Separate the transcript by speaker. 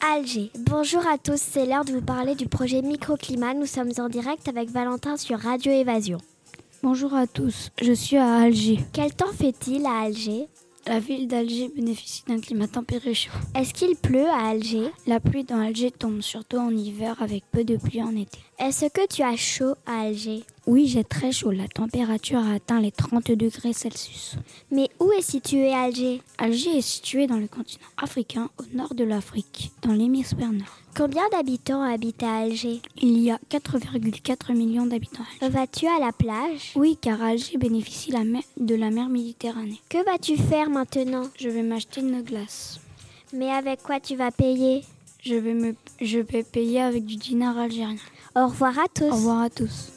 Speaker 1: Alger. Bonjour à tous, c'est l'heure de vous parler du projet Microclimat. Nous sommes en direct avec Valentin sur Radio Évasion.
Speaker 2: Bonjour à tous, je suis à Alger.
Speaker 1: Quel temps fait-il à Alger
Speaker 2: La ville d'Alger bénéficie d'un climat tempéré chaud.
Speaker 1: Est-ce qu'il pleut à Alger
Speaker 2: La pluie dans Alger tombe surtout en hiver avec peu de pluie en été.
Speaker 1: Est-ce que tu as chaud à Alger
Speaker 2: Oui, j'ai très chaud, la température a atteint les 30 degrés Celsius.
Speaker 1: Mais où est situé Alger
Speaker 2: Alger est située dans le continent africain, au nord de l'Afrique, dans l'hémisphère nord.
Speaker 1: Combien d'habitants habitent à Alger
Speaker 2: Il y a 4,4 millions d'habitants. à Alger.
Speaker 1: Vas-tu à la plage
Speaker 2: Oui, car Alger bénéficie la mer- de la mer Méditerranée.
Speaker 1: Que vas-tu faire maintenant
Speaker 2: Je vais m'acheter une glace.
Speaker 1: Mais avec quoi tu vas payer
Speaker 2: Je vais, me, je vais payer avec du dinar algérien.
Speaker 1: Au revoir à tous.
Speaker 2: Au revoir à tous.